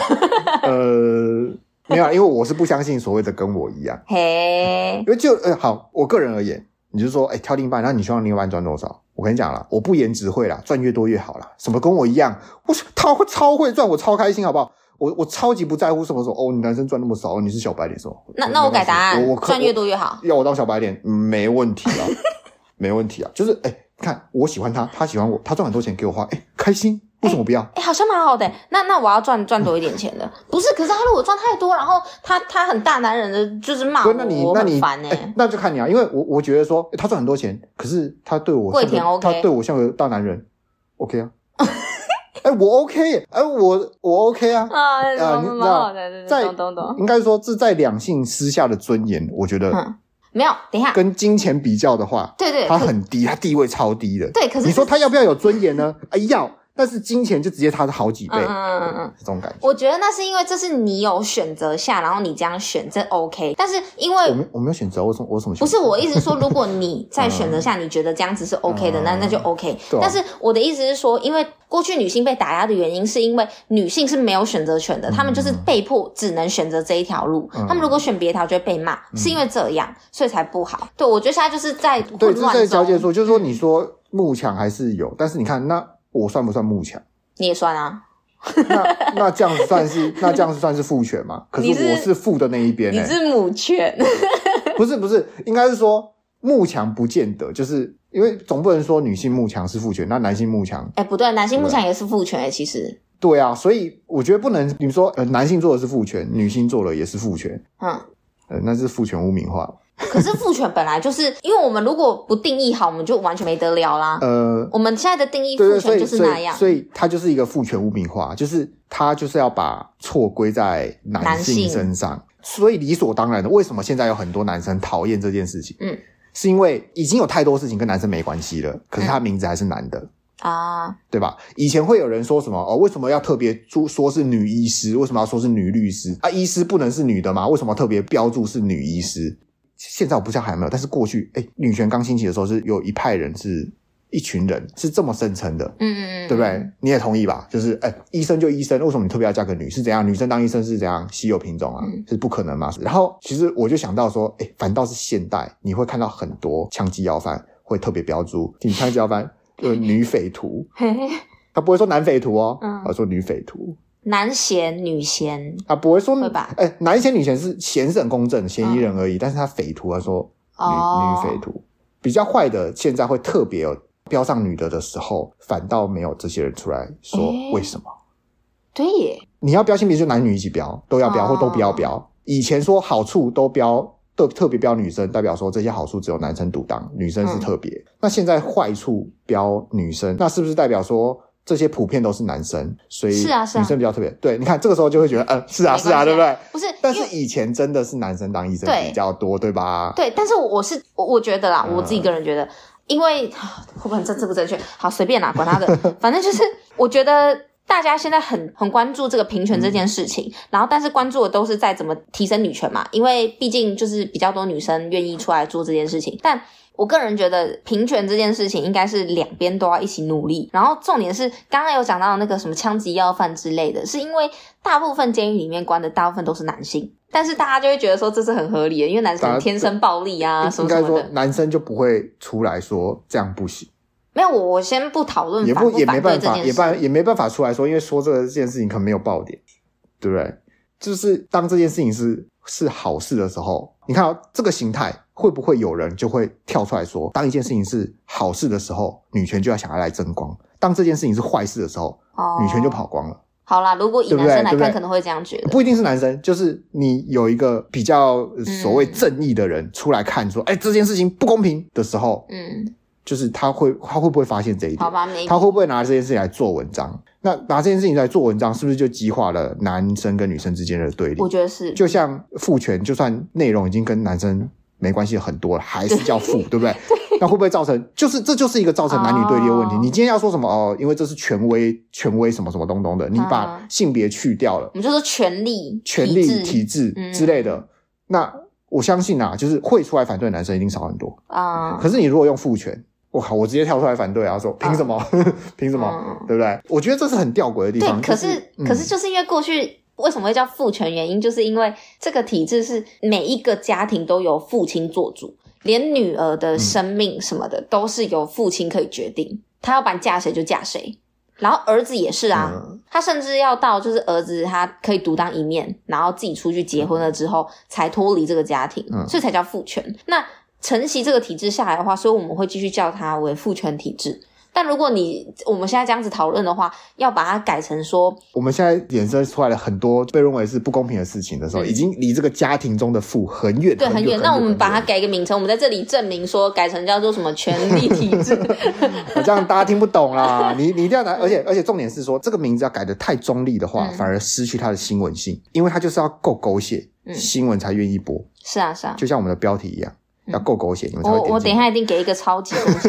S2: 呃没有啊，因为我是不相信所谓的跟我一样。
S1: 嘿，
S2: 因为就呃好，我个人而言，你就说，哎、挑另一半，然后你希望另一半赚多少？我跟你讲啦，我不言只会啦，赚越多越好啦。什么跟我一样，我是他会超会赚，我超开心，好不好？我我超级不在乎什么时候哦，你男生赚那么少，哦你是小白脸什么？
S1: 那那我改答案
S2: 我我，可
S1: 赚越多越好。
S2: 要我当小白脸，嗯没问题啊， 没问题啊。就是哎、看我喜欢他，他喜欢我，他赚很多钱给我花，哎、开心，为什么不要？
S1: 哎、好像蛮好的、那那我要赚赚多一点钱的，不是？可是他如果赚太多，然后他他很大男人的，就是骂
S2: 不
S1: 我，
S2: 是，那你
S1: 啊我
S2: 那
S1: 很
S2: 你
S1: 烦哎、
S2: 那就看你啊，因为我我觉得说、欸他赚很多钱，可是他对我
S1: 跪
S2: 像个
S1: 舔 OK
S2: 他对我像个大男人，OK 啊， 哎、我 OK，耶哎、我我 OK 啊，
S1: 啊，
S2: 啊
S1: 蛮
S2: 你知
S1: 蛮
S2: 道
S1: 好的，对对
S2: 在
S1: 懂懂懂。
S2: 应该说这在两性私下的尊严，我觉得
S1: 嗯，没有，等一下，
S2: 跟金钱比较的话，
S1: 对对，
S2: 他
S1: 可
S2: 很低，他地位超低的。
S1: 对，可是
S2: 你说他要不要有尊严呢？哎、要，但是金钱就直接他的好几倍，
S1: 嗯嗯嗯嗯嗯
S2: 对这种感觉。
S1: 我觉得那是因为这是你有选择下，然后你这样选，这 OK。但是因
S2: 我
S1: 为
S2: 没我没有选择，我什么我什么选
S1: 不
S2: 择
S1: 是我意思是说，如果你在选择下你觉得这样子是 OK 的，那那就 OK
S2: 嗯对啊。
S1: 但是我的意思是说，因为过去女性被打压的原因，是因为女性是没有选择权的，她们就是被迫只能选择这一条路。
S2: 嗯
S1: 她们如果选别条就会被骂，是因为这样，所以才不好。对，我觉得现在就是在
S2: 对，
S1: 混
S2: 这是在
S1: 乱嗯
S2: 小姐
S1: 中，
S2: 说，就是说你说慕强还是有，但是你看那我算不算慕强？
S1: 你也算啊，
S2: 那那这样子算是那这样子算是父权吗？可是
S1: 你是
S2: 我是父的那一边、
S1: 你
S2: 欸，
S1: 是母犬，
S2: 不是不是，应该是说慕强不见得，就是因为总不能说女性慕强是父权，那男性慕强
S1: 哎、不对，男性慕强也是父权哎、其实，
S2: 对啊，所以我觉得不能你说呃男性做的是父权，女性做了也是父权，
S1: 嗯。
S2: 呃那是父权污名化，
S1: 可是父权本来就是，因为我们如果不定义好，我们就完全没得聊啦。
S2: 呃
S1: 我们现在的定义
S2: 对
S1: 父
S2: 对，所
S1: 权
S2: 以
S1: 就是
S2: 所
S1: 那
S2: 以
S1: 样，
S2: 所以它就是一个父权污名化，就是它就是要把错归在男
S1: 男
S2: 性
S1: 性
S2: 身上，所以理所当然的，为什么现在有很多男生讨厌这件事情？
S1: 嗯，
S2: 是因为已经有太多事情跟男生没关系了，可是他名字还是男的。
S1: 啊，
S2: 对吧？以前会有人说什么哦？为什么要特别注说是女医师？为什么要说是女律师？啊，医师不能是女的吗？为什么特别标注是女医师？现在我不知道还有没有，但是过去哎，女权刚兴起的时候是有一派人是一群人是这么声称的，
S1: 嗯，
S2: 对不对？你也同意吧？就是，哎、医生就医生，为什么你特别要嫁个女？是怎样？女生当医生是怎样稀有品种啊？
S1: 嗯
S2: 是不可能嘛？然后，其实我就想到说，哎、反倒是现代，你会看到很多枪击要犯会特别标注，你枪击 要犯就是女匪徒，
S1: 嘿嘿
S2: 他不会说男匪徒哦，
S1: 嗯
S2: 而说女匪徒，
S1: 男嫌女嫌
S2: 啊，不会说
S1: 会吧嗯
S2: 哎、男嫌女嫌是嫌是很公正，嫌疑人而已，但是他匪徒，他说女、
S1: 哦
S2: 女匪徒比较坏的，现在会特别有标上女的的时候，反倒没有这些人出来说
S1: 诶
S2: 为什么。
S1: 对耶，
S2: 你要标性别就男女一起标，都要标、
S1: 哦
S2: 或都不要标。以前说好处都标，特特别标女生，代表说这些好处只有男生独当，女生是
S1: 嗯
S2: 特别。那现在坏处标女生，那是不是代表说这些普遍都是男生，所以
S1: 是啊是啊
S2: 女生比较特别？对，你看这个时候就会觉得，嗯、是啊
S1: 没关
S2: 是
S1: 系
S2: 啊，
S1: 啊
S2: 对不对？
S1: 不是，
S2: 但
S1: 因为
S2: 是以前真的是男生当医生
S1: 对
S2: 比较多，对吧？
S1: 对，但是我我是我我觉得啦，
S2: 嗯
S1: 我自己个人觉得，因为啊会不会很政治不正确？好，随便啦，管 他的，反正就是我觉得。大家现在很很关注这个平权这件事
S2: 嗯
S1: 情，然后但是关注的都是在怎么提升女权嘛，因为毕竟就是比较多女生愿意出来做这件事情。但我个人觉得平权这件事情应该是两边都要一起努力。然后重点是刚刚有讲到那个什么枪击要犯之类的，是因为大部分监狱里面关的大部分都是男性，但是大家就会觉得说这是很合理的，因为男
S2: 大家
S1: 生天生暴力啊什么
S2: 应该
S1: 什么
S2: 说
S1: 的。
S2: 男生就不会出来说这样不行，
S1: 没有，我我先不讨论
S2: 也
S1: 嗯反
S2: 也
S1: 反对
S2: 没办
S1: 这
S2: 法，
S1: 件
S2: 也
S1: 事。
S2: 办也没办法出来说，因为说这个这件事情可能没有爆点，对不对？就是当这件事情是是好事的时候，你看、哦、这个形态会不会有人就会跳出来说，当一件事情是好事的时候，女权就要想要来争光；当这件事情是坏事的时候，
S1: 哦
S2: 女权就。跑光了。
S1: 好啦，如果以
S2: 对不
S1: 男
S2: 对
S1: 生来
S2: 对不
S1: 看，
S2: 对
S1: 可能会这样觉得。
S2: 不一定是男生，就是你有一个比较呃所
S1: 嗯
S2: 谓正义的人出来看说，哎、这件事情不公平的时候，
S1: 嗯，
S2: 就是他会他会不会发现这一点？
S1: 好吧，没
S2: 他会不会拿这件事情来做文章？那拿这件事情来做文章，是不是就激化了男生跟女生之间的对立
S1: 我？觉得是。
S2: 就像父权，就算内容已经跟男生没关系很多了，还是叫 父，对不对？那会不会造成，就是这就是一个造成男女对立的问题？
S1: 哦
S2: 你今天要说什么哦？因为这是权威，权威什么什么东东的，你把
S1: 嗯
S2: 性别去掉了，
S1: 我们就说权力、
S2: 权力
S1: 体制
S2: 体制
S1: 嗯
S2: 之类的，那我相信啊，就是会出来反对的男生一定少很多。
S1: 啊，
S2: 可是你如果用父权，我靠，我直接跳出来反对啊，说凭什么？ 凭什么？
S1: 嗯
S2: 对不对？我觉得这是很吊诡的地
S1: 对
S2: 方。，
S1: 可
S2: 就是嗯
S1: 可是就是因为过去为什么会叫父权原因，就是因为这个体制是每一个家庭都由父亲做主，连女
S2: 嗯
S1: 儿的生命什么的、都是由父亲可以决定，他要把你嫁谁就嫁谁。然后儿子也是啊，
S2: 嗯
S1: 他甚至要到就是儿子他可以独当一面，然后自己出去结婚了之后、才脱离这个家庭，
S2: 嗯
S1: 所以才叫父权。那承袭这个体制下来的话，所以我们会继续叫它为父权体制。但如果你我们现在这样子讨论的话，要把它改成说，
S2: 我们现在衍生出来了很多被认为是不公平的事情的时候，
S1: 嗯
S2: 已经离这个家庭中的父很远，
S1: 对，很
S2: 很
S1: 远。那我们把它
S2: 它
S1: 改一个名称，我们在这里证明说，改成叫做什么权力体 制。
S2: 啊这样大家听不懂 啦。你你一定要拿，而且而且重点是说，这个名字要改的太中立的话，
S1: 嗯
S2: 反而失去它的新闻性，因为它就是要够狗血，
S1: 嗯
S2: 新闻才愿意播，
S1: 是啊，是啊。
S2: 就像我们的标题一样，
S1: 嗯
S2: 要够狗血，你们才会
S1: 我
S2: 点进来。
S1: 我等一下一定给一个超级东 西，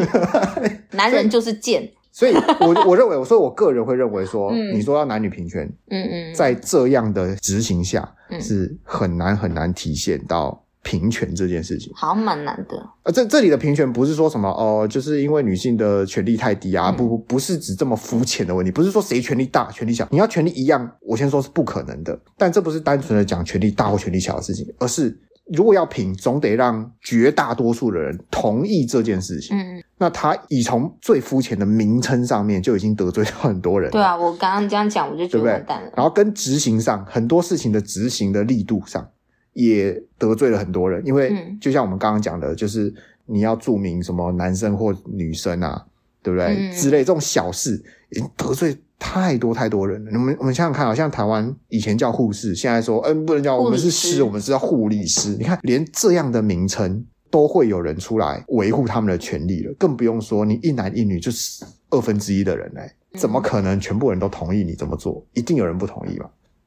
S1: 男人就是贱。
S2: 所以我我认为，所以我个人会认为说，
S1: 嗯
S2: 你说要男女平权，
S1: 嗯嗯，
S2: 在这样的执行下，
S1: 嗯
S2: 是很难很难体现到平权这件事情。
S1: 好像蛮难的。
S2: 呃，这这里的平权不是说什么哦、就是因为女性的权利太低啊，
S1: 嗯
S2: 不不不是指这么肤浅的问题，不是说谁权力大权力小，你要权力一样，我先说是不可能的。但这不是单纯的讲权力大或权力小的事情，而是如果要平，总得让绝大多数的人同意这件事情。
S1: 嗯，嗯，
S2: 那他已从最肤浅的名称上面就已经得罪到很多人了。
S1: 对啊，我刚刚这样讲，我就觉得
S2: 对不对
S1: 完蛋了。
S2: 然后跟执行上很多事情的执行的力度上，也得罪了很多人，因为
S1: 嗯
S2: 就像我们刚刚讲的，就是你要注明什么男生或女生啊，对不对？
S1: 嗯
S2: 之类这种小事，已经得罪太多太多人了。我们我们想想看啊，好像台湾以前叫护士，现在说嗯、不能叫
S1: 护理
S2: 我们是
S1: 师
S2: 师，我们是叫护理师。你看，连这样的名称。都会有人出来维护他们的权利了，更不用说你一男一女就是二分之一的人嘞、怎
S1: 嗯
S2: 么可能全部人都同意你这么做？一定有人不同意嘛，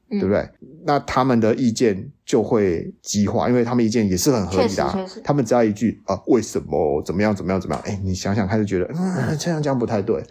S1: 对
S2: 对不？对？那他们的意见就会激化，因为他们意见也是很合理的、
S1: 确
S2: 啊
S1: 实确实。
S2: 他们只要一句啊，为什么怎么样怎么样怎么样？哎，你想想看，就觉得嗯，这样这样不 太对，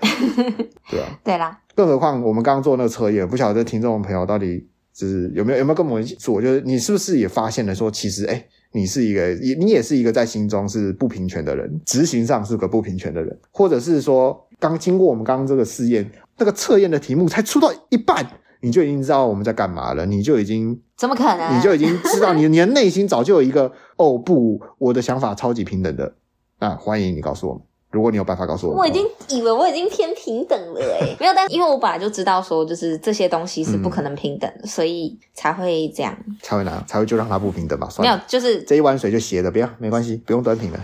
S2: 对啊。
S1: 对啦，
S2: 更何况我们刚刚做那个测验，不晓得听众朋友到底就是有没有有没有跟我们一起做，就是你是不是也发现了说，其实哎、你是一个也你也是一个在心中是不平权的人，执行上是个不平权的人，或者是说刚经过我们刚刚这个试验，那个测验的题目才出到一半。你就已经知道我们在干嘛了，你就已经，
S1: 怎么可能？
S2: 你就已经知道你，你的内心早就有一个哦不，我的想法超级平等的。那欢迎你告诉我们，如果你有办法告诉我们的话，
S1: 我已经以为我已经偏平等了哎、 没有，但因为我本来就知道说，就是这些东西是
S2: 嗯
S1: 不可能平等的，所以才会这样。
S2: 才会拿，才会就让它不平等吧，算
S1: 没
S2: 了
S1: 有，就是
S2: 这一碗水就斜的，不要没关系，不用端平了。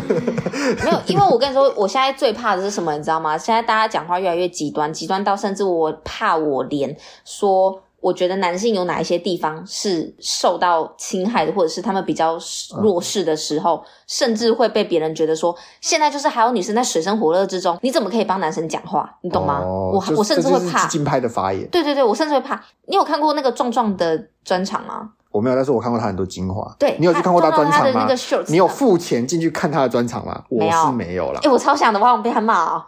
S1: 没有，因为我跟你说，我现在最怕的是什么，你知道吗？现在大家讲话越来越极端，极端到甚至我怕我连说，我觉得男性有哪一些地方是受到侵害的，或者是他们比较弱势的时候，甚至会被别人觉得说，现在就是还有女生在水深火热之中，你怎么可以帮男生讲话？你懂吗？
S2: 哦
S1: 我
S2: 就是
S1: 我甚至
S2: 这就
S1: 会
S2: 是
S1: 怕，
S2: 竞拍的发言，
S1: 对对对，我甚至会怕。你有看过那个壮壮的专场吗？
S2: 我没有，但是我看过他很多精华。
S1: 对，
S2: 你有去看过
S1: 他
S2: 专
S1: 壮壮
S2: 场
S1: 他的
S2: 吗
S1: 那个？shorts？
S2: 你有付钱进去看他的专场吗？
S1: 没
S2: 我
S1: 有
S2: 是没有啦
S1: 哎、。我超想的，我我被他骂哦。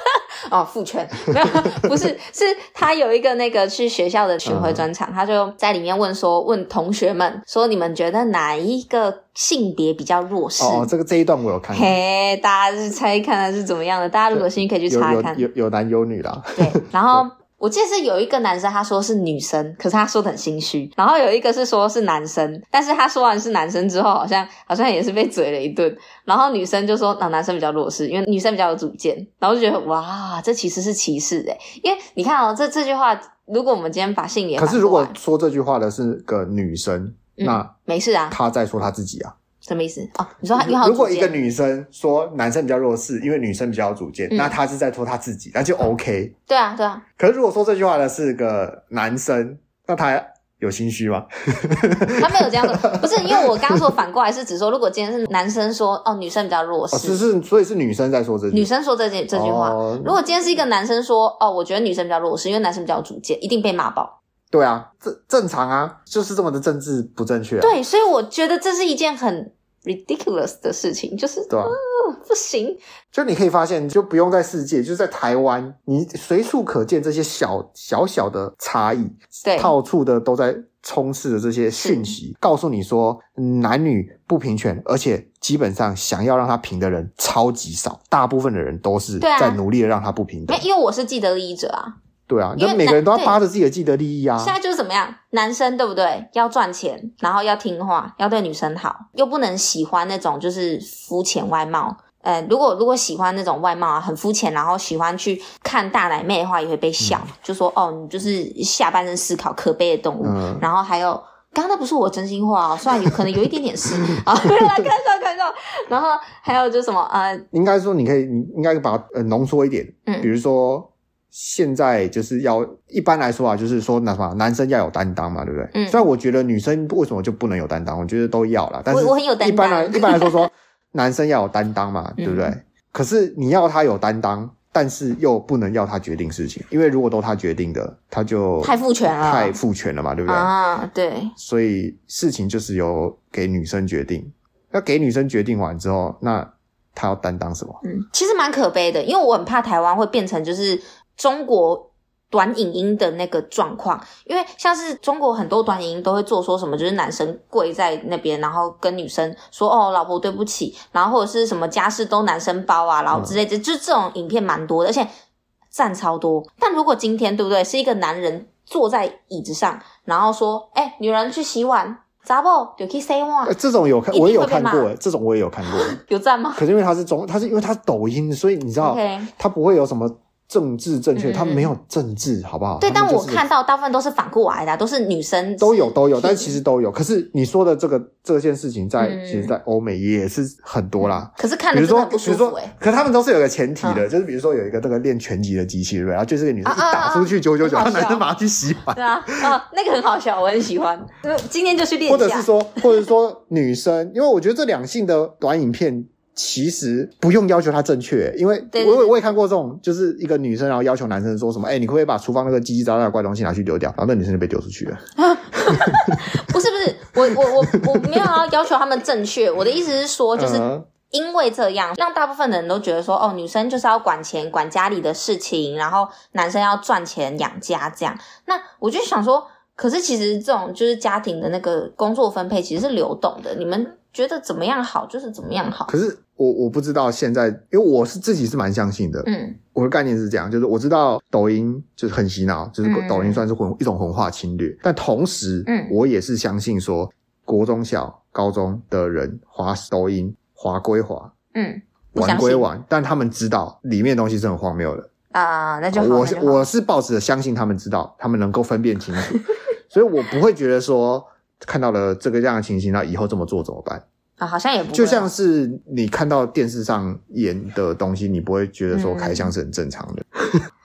S1: 哦，父权没有，不是，是他有一个那个去学校的巡
S2: 嗯
S1: 回专场，他就在里面问说，问同学们说，你们觉得哪一个性别比较弱势？
S2: 哦，哦这个这一段我有看，
S1: 嘿，大家是猜看看是怎么样的，大家如果有兴趣可以去
S2: 有
S1: 查
S2: 有
S1: 看。
S2: 有有男有女啦。
S1: 对， 然后我记得是有一个男生，他说是女生，可是他说的很心虚。然后有一个是说是男生，但是他说完是男生之后，好像好像也是被嘴了一顿。然后女生就说，啊，男生比较弱势，因为女生比较有主见。然后就觉得哇，这其实是歧视诶、因为你看哦，这这句话，如果我们今天把性也
S2: 可
S1: 反
S2: 是如
S1: 过
S2: 果
S1: 来，
S2: 说这句话的是个女生，
S1: 嗯
S2: 那
S1: 没事啊，
S2: 她在说她自己啊。
S1: 什么意思？哦，你说他因为他有
S2: 如果
S1: 主
S2: 一
S1: 见
S2: 个女生说男生比较弱势，因为女生比较有主见，
S1: 嗯
S2: 那她是在说她自己，那就 OK。
S1: 对啊对啊，
S2: 可是如果说这句话的是个男生，那他有心虚吗？
S1: 他没有这样说，不是因为我刚刚说反过来是指说，如果今天是男生说哦女生比较弱势，
S2: 哦，是是，所以是女生在说这句，
S1: 女生说这件这句话，
S2: 哦
S1: 如果今天是一个男生说，哦，我觉得女生比较弱势，因为男生比较有主见，一定被骂爆。
S2: 对啊，这正常啊，就是这么的政治不正确、啊，
S1: 对，所以我觉得这是一件很 ridiculous 的事情，就是、
S2: 对啊，
S1: 呃不行。
S2: 就你可以发现，就不用在世界，就在台湾，你随处可见这些小小小的差异，
S1: 对
S2: 到处的都在充斥着这些讯息，告诉你说男女不平权，而且基本上想要让它平的人超级少，大部分的人都是
S1: 对啊
S2: 在努力的让它不平
S1: 没
S2: 等，，
S1: 因为我是既得利益者啊，
S2: 对啊，
S1: 因为
S2: 就每个人都
S1: 男
S2: 要扒着自己的既得利益啊，
S1: 现在就是怎么样，男生对不对？要赚钱，然后要听话，要对女生好，又不能喜欢那种就是肤浅外貌。呃，如果如果喜欢那种外貌啊，很肤浅，然后喜欢去看大奶妹的话，也会被笑，就说哦，你就是下半身思考可悲的动物。
S2: 嗯
S1: 然后还有，刚刚那不是我真心话哦，虽然有可能有一点点 是啊，没有啦，开玩笑，开玩笑。然后还有就什么呃，
S2: 应该说你可以，你应该把它呃浓缩一点，
S1: 嗯
S2: 比如说现在就是要一般来说啊，就是说那什么男生要有担当嘛，对不对？
S1: 嗯
S2: 虽然我觉得女生为什么就不能有担当，我觉得都要啦，但是
S1: 我很有担当
S2: 一般来一般来说说男生要有担 当嘛，对不对？
S1: 嗯
S2: 可是你要他有担当。但是又不能要他决定事情，因为如果都他决定的，他就
S1: 太父权了
S2: 太父权了嘛，对不对？
S1: 啊，对，
S2: 所以事情就是由给女生决定。那给女生决定完之后，那她要担当什么？
S1: 嗯，其实蛮可悲的，因为我很怕台湾会变成就是中国短影音的那个状况，因为像是中国很多短影音都会做说什么，就是男生跪在那边，然后跟女生说哦，老婆对不起，然后或者是什么家事都男生包啊，然后之类的，就这种影片蛮多的，而且赞超多。但如果今天对不对，是一个男人坐在椅子上，然后说，哎、女人去洗碗，杂不就去洗碗
S2: 呃，，这种有看，
S1: 啊一定
S2: 我
S1: 会
S2: 也
S1: 被
S2: 有看过
S1: 骂，
S2: 这种我也有 看过。
S1: 有赞吗
S2: 可是因为它是中，它是因为它是抖音，所以你知道
S1: OK
S2: 它不会有什么政治正确，
S1: 嗯嗯
S2: 它没有政治，好不好？
S1: 对，
S2: 它
S1: 但
S2: 哦们就
S1: 我
S2: 是
S1: 看到大部分都是反过来的啊、都是女生
S2: 都有都有，
S1: 是
S2: 但其实都有。可是你说的这个这件事情在，
S1: 嗯
S2: 其实，在欧美也是很多啦。
S1: 可是看
S2: 比
S1: 了
S2: 如
S1: 真的
S2: 说，
S1: 很不
S2: 比
S1: 舒
S2: 如
S1: 服
S2: 说
S1: 哎、欸，。
S2: 可是他们都是有个前提的，
S1: 嗯
S2: 就是比如说有一个那个练拳击的机器，对不对？然后就是个女生一
S1: 啊啊啊
S2: 打出去九九九，
S1: 很好
S2: 然后
S1: 笑
S2: 男生马上去洗碗，
S1: 对啊，啊，那个很好笑，我很喜欢。就今天就去练啊
S2: 或
S1: 一
S2: 者
S1: 下
S2: 是，说，或者说女生，因为我觉得这两性的短影片其实不用要求它正确，因为我
S1: 对对对
S2: 我也看过这种，就是一个女生然后要求男生说什么，哎、你可不可以把厨房那个叽叽喳喳的怪东西拿去丢掉？然后那女生就被丢出去了。
S1: 不是不是，我我我我没有要要求他们正确，我的意思是说，就是
S2: 嗯
S1: 因为这样，让大部分的人都觉得说，哦，女生就是要管钱、管家里的事情，然后男生要赚钱养家这样。那我就想说，可是其实这种就是家庭的那个工作分配其实是流动的，你们觉得怎么样好就是怎么样好。
S2: 可是我我不知道现在，因为我是自己是蛮相信的，
S1: 嗯
S2: 我的概念是这样，就是我知道抖音就是很洗脑，就是
S1: 嗯
S2: 抖音算是文、一种文化侵略，但同时，
S1: 嗯
S2: 我也是相信说，国中小、高中的人滑抖音、滑归滑、
S1: 嗯，不
S2: 玩
S1: 相
S2: 归
S1: 信
S2: 玩，但他们知道里面的东西是很荒谬的。
S1: 啊、那就好。
S2: 哦我
S1: 那
S2: 是
S1: 就好
S2: 我是抱着相信他们知道，他们能够分辨清 楚，所以我不会觉得说看到了这个这样的情形，那以后这么做怎么办？
S1: 啊，好像也不会
S2: 就
S1: 啊
S2: 像是你看到电视上演的东西，你不会觉得
S1: 嗯
S2: 说开箱是很正常的。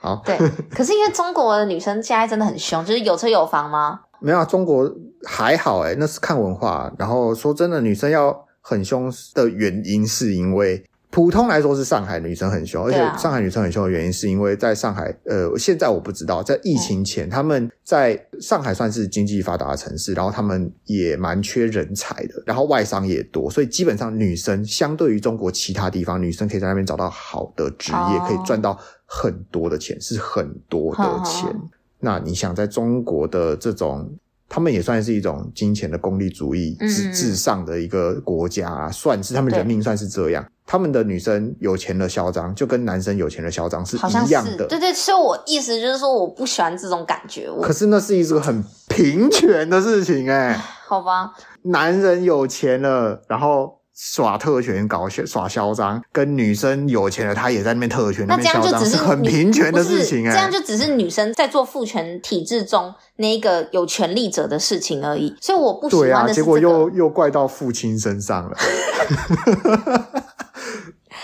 S2: 好，
S1: 对，可是因为中国的女生现在真的很凶，就是有车有房吗？
S2: 没有、啊、中国还好欸诶、那是看文化。然后说真的，女生要很凶的原因是因为。普通来说是上海女生很凶，而且
S1: 对啊
S2: 上海女生很凶的原因是因为在上海，呃，现在我不知道，在疫情前，他们在上海算是经济发达的城市，然后他们也蛮缺人才的，然后外商也多，所以基本上女生相对于中国其他地方，女生可以在那边找到好的职业，
S1: 哦
S2: 可以赚到很多的钱，是很多的钱
S1: 哼。
S2: 那你想，在中国的这种，他们也算是一种金钱的功利主义
S1: 嗯
S2: 至至上的一个国家、啊，算是他们人
S1: 对
S2: 民算是这样。他们的女生有钱的嚣张，就跟男生有钱的嚣张是
S1: 好像
S2: 一
S1: 是
S2: 样，的。
S1: 对对，所以我意思就是说，我不喜欢这种感觉。我
S2: 可是那是一个很平权的事情哎、
S1: 好吧，
S2: 男人有钱了，然后耍特权、搞耍嚣张，跟女生有钱了，他也在那边特权
S1: 那
S2: 边
S1: 这样
S2: 嚣
S1: 就
S2: 张，
S1: 只
S2: 是很
S1: 女
S2: 平权的
S1: 不是
S2: 事情哎、
S1: 这样就只是女生在做父权体制中那一个有权利者的事情而已。所以我不喜
S2: 对
S1: 欢
S2: 啊，
S1: 的是
S2: 结
S1: 这个。
S2: 果又又怪到父亲身上了，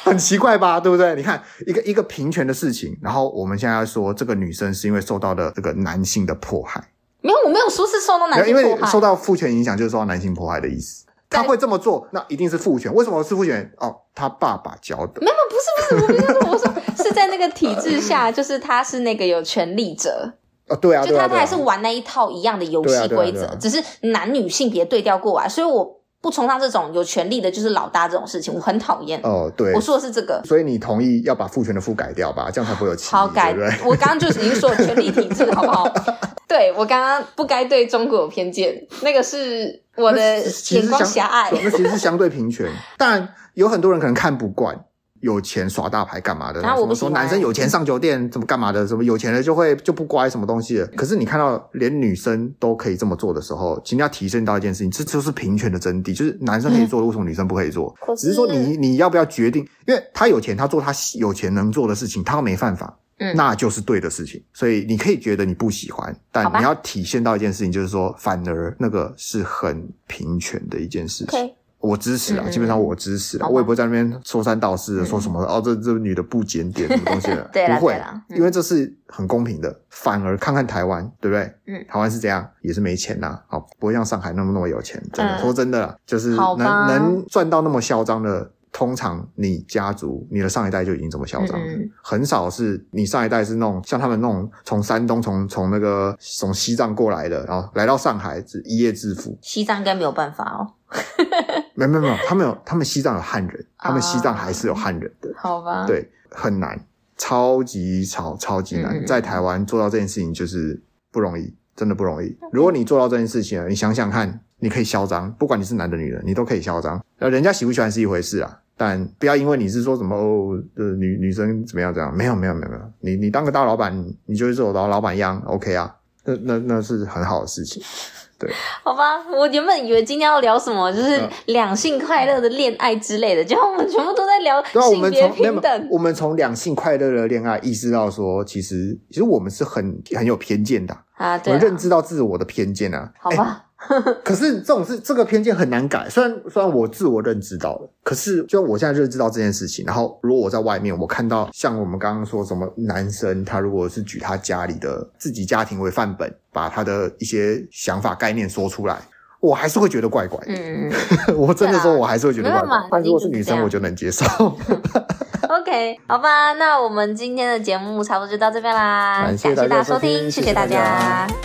S2: 很奇怪吧？对不对？你看一个一个平权的事情，然后我们现在要说这个女生是因为受到了这个男性的迫害，
S1: 没有，我没有说是受到男
S2: 然后
S1: 性
S2: 因为
S1: 迫害
S2: 受到父权影响就是受到男性迫害的意思。
S1: 对
S2: 他会这么做，那一定是父权。为什么是父权？哦，他爸爸教的。
S1: 没有，不是不是，我没有说，我说是在那个体制 下，就是他是那个有权利者，
S2: 哦，对啊，
S1: 就
S2: 对
S1: 他
S2: 啊，对
S1: 他还
S2: 啊
S1: 是。玩那一套一样的游
S2: 对啊
S1: 戏
S2: 对啊
S1: 规
S2: 对
S1: 则
S2: 啊，
S1: 只是男女性别对调过来，所以我不崇尚这种有权利的就是老大这种事情，我很讨厌。
S2: 哦，对
S1: 我。说的是这个，
S2: 所以你同意要把父权的父改掉吧，这样才不会有歧义，
S1: 好改
S2: 对不对？，
S1: 我刚刚就已经说了权力体制，好不 好？对我刚刚不该对中国有偏见，那个是我的
S2: 那其实
S1: 眼光
S2: 相
S1: 狭隘
S2: 对。那其实是相对平权。当然，有很多人可能看不惯，有钱耍大牌干嘛的，
S1: 啊
S2: 什
S1: 我不
S2: 么
S1: 喜
S2: 说
S1: 欢
S2: 男生有钱上酒店怎么干嘛的，什么有钱人就会就不乖什么东西的。可是你看到连女生都可以这么做的时候，其实要提升到一件事情，这就是平权的真谛，就是男生可以做的，为什么女生不可以做？
S1: 嗯可
S2: 只是说你你要不要决定，因为他有钱，他做他喜有钱能做的事情，他没犯法，
S1: 嗯
S2: 那就是对的事情。所以你可以觉得你不喜欢，但
S1: 好吧
S2: 你要体现到一件事情，就是说，反而那个是很平权的一件事情。
S1: OK，
S2: 我支持啊，
S1: 嗯嗯
S2: 基本上我支持啊，
S1: 好吧
S2: 我也不会在那边说三道四的，
S1: 嗯，
S2: 说什么哦，这这女的不检点什么东西的
S1: 对啦
S2: 不会
S1: 对啦，嗯
S2: 因为这是很公平的。反而看看台湾，对不对？
S1: 嗯
S2: 台湾是这样，也是没钱呐，好，不会像上海那么那么有钱。真的，
S1: 嗯
S2: 说真的啦，就是
S1: 好
S2: 能
S1: 吧
S2: 能赚到那么嚣张的。通常你家族、你的上一代就已经这么嚣张了，
S1: 嗯嗯
S2: 很少是你上一代是那种像他们那种从山东、从从那个从西藏过来的，然后来到上海只一夜致富，
S1: 西藏应该没有办法哦。
S2: 没没没有，他们有他们西藏有汉人，他们西藏还是有汉人的，
S1: 好吧，，
S2: 对，很难，超级超超级难，
S1: 嗯嗯嗯
S2: 在台湾做到这件事情就是不容易，真的不容易。如果你做到这件事情了，啊你想想看，你可以嚣张，不管你是男的女的，你都可以嚣张。呃，人家喜不喜欢是一回事啊。但不要因为你是说什么哦，呃，女女生怎么样怎么样，没有没有没有没有，你你当个大老板，你就是做老老板样，OK 啊，那那那是很好的事情。
S1: 好吧，我原本以为今天要聊什么，就是
S2: 嗯
S1: 两性快乐的恋爱之类的，结果我们全部都在聊
S2: 对啊，我
S1: 性
S2: 们
S1: 别
S2: 从没有
S1: 平等。
S2: 我们从两性快乐的恋爱意识到说，其实其实我们是很很有偏见的啊、
S1: 啊，
S2: 我
S1: 对
S2: 们
S1: 啦，
S2: 认知到自我的偏见啊。
S1: 好
S2: 哎
S1: 吧，
S2: 可是这种是这个偏见很难改，虽然虽然我自我认知到了，可是就我现在认知到这件事情，然后如果我在外面我看到像我们刚刚说什么男生，他如果是举他家里的自己家庭为范本，把他的一些想法概念说出来，我还是会觉得怪怪的。
S1: 嗯
S2: 我真的
S1: 对啊嗯啊
S2: 说，我还是会觉得怪
S1: 没办法
S2: 怪。但如果是
S1: 环境
S2: 女
S1: 就是这
S2: 生，
S1: 样
S2: 我就能接受。
S1: 嗯，OK，好吧，那我们今天的节目差不多就到这边啦，
S2: 感
S1: 感
S2: 谢
S1: 谢大
S2: 大家
S1: 家
S2: 收
S1: 收
S2: 听
S1: 听，谢谢大
S2: 谢谢大家
S1: 家。